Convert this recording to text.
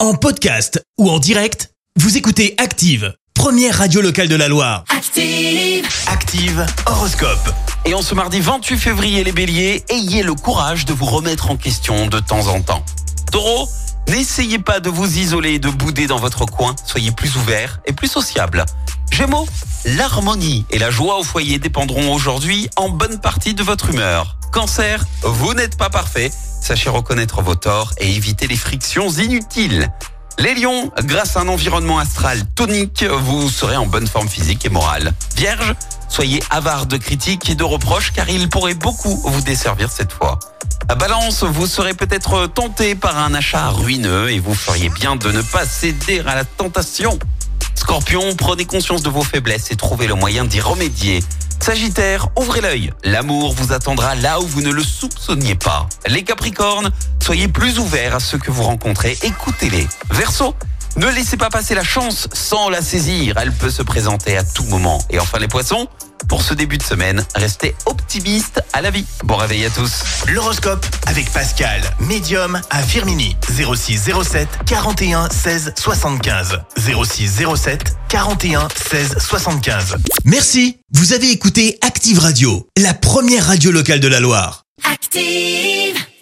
En podcast ou en direct, vous écoutez Active, première radio locale de la Loire. Active. Active Horoscope. Et en ce mardi 28 février, les béliers, ayez le courage de vous remettre en question de temps en temps. Taureau, n'essayez pas de vous isoler et de bouder dans votre coin, soyez plus ouvert et plus sociable. Gémeaux, l'harmonie et la joie au foyer dépendront aujourd'hui en bonne partie de votre humeur. Cancer, vous n'êtes pas parfait, sachez reconnaître vos torts et éviter les frictions inutiles. Les lions, grâce à un environnement astral tonique, vous serez en bonne forme physique et morale. Vierge, soyez avare de critiques et de reproches car ils pourraient beaucoup vous desservir cette fois. À Balance, vous serez peut-être tenté par un achat ruineux et vous feriez bien de ne pas céder à la tentation. Scorpion, prenez conscience de vos faiblesses et trouvez le moyen d'y remédier. Sagittaire, ouvrez l'œil. L'amour vous attendra là où vous ne le soupçonniez pas. Les Capricornes, soyez plus ouverts à ceux que vous rencontrez. Écoutez-les. Verseau, ne laissez pas passer la chance sans la saisir. Elle peut se présenter à tout moment. Et enfin les Poissons, pour ce début de semaine, restez optimistes à la vie. Bon réveil à tous. L'horoscope avec Pascal, médium à Firmini, 0607 41 16 75. 0607 41 16 75. Merci, vous avez écouté Active Radio, la première radio locale de la Loire. Active.